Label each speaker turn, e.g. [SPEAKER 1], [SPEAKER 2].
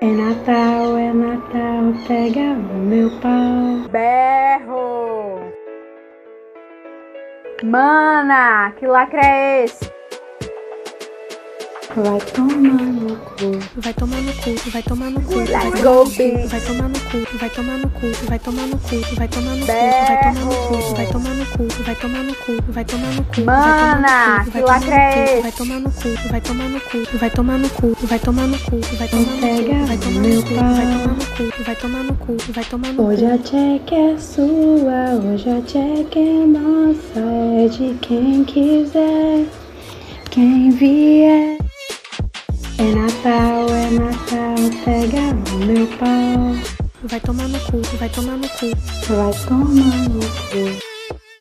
[SPEAKER 1] É Natal, é Natal, pega o meu pau.
[SPEAKER 2] Berro! Mana, que lacre é esse?
[SPEAKER 1] Vai tomar no cu.
[SPEAKER 3] Vai tomar no cu, vai tomar no cu, vai
[SPEAKER 2] Let's
[SPEAKER 3] tomar
[SPEAKER 2] go,
[SPEAKER 3] no cu,
[SPEAKER 2] bitch!
[SPEAKER 3] vai tomar no cu, vai tomar no cu, vai tomar no cu, vai tomar no cu,
[SPEAKER 2] Berro!
[SPEAKER 3] vai tomar no cu, vai tomar no cu, vai tomar no cu, vai tomar no cu, vai tomar no cu,
[SPEAKER 2] Mana, que lacre é
[SPEAKER 3] vai tomar no cu, vai tomar no cu, vai tomar no cu, vai tomar no cu, vai tomar no cu,
[SPEAKER 1] Pega
[SPEAKER 3] vai tomar
[SPEAKER 1] meu
[SPEAKER 3] no cu, vai tomar no cu, vai tomar no cu, vai tomar no cu,
[SPEAKER 1] Hoje a tcheca é sua, hoje a tcheca é nossa, é de quem quiser, quem vier. É Natal, é Natal, pega o meu pau. é
[SPEAKER 3] vai tomar no cu, vai tomar no cu.
[SPEAKER 1] Vai tomar no cu.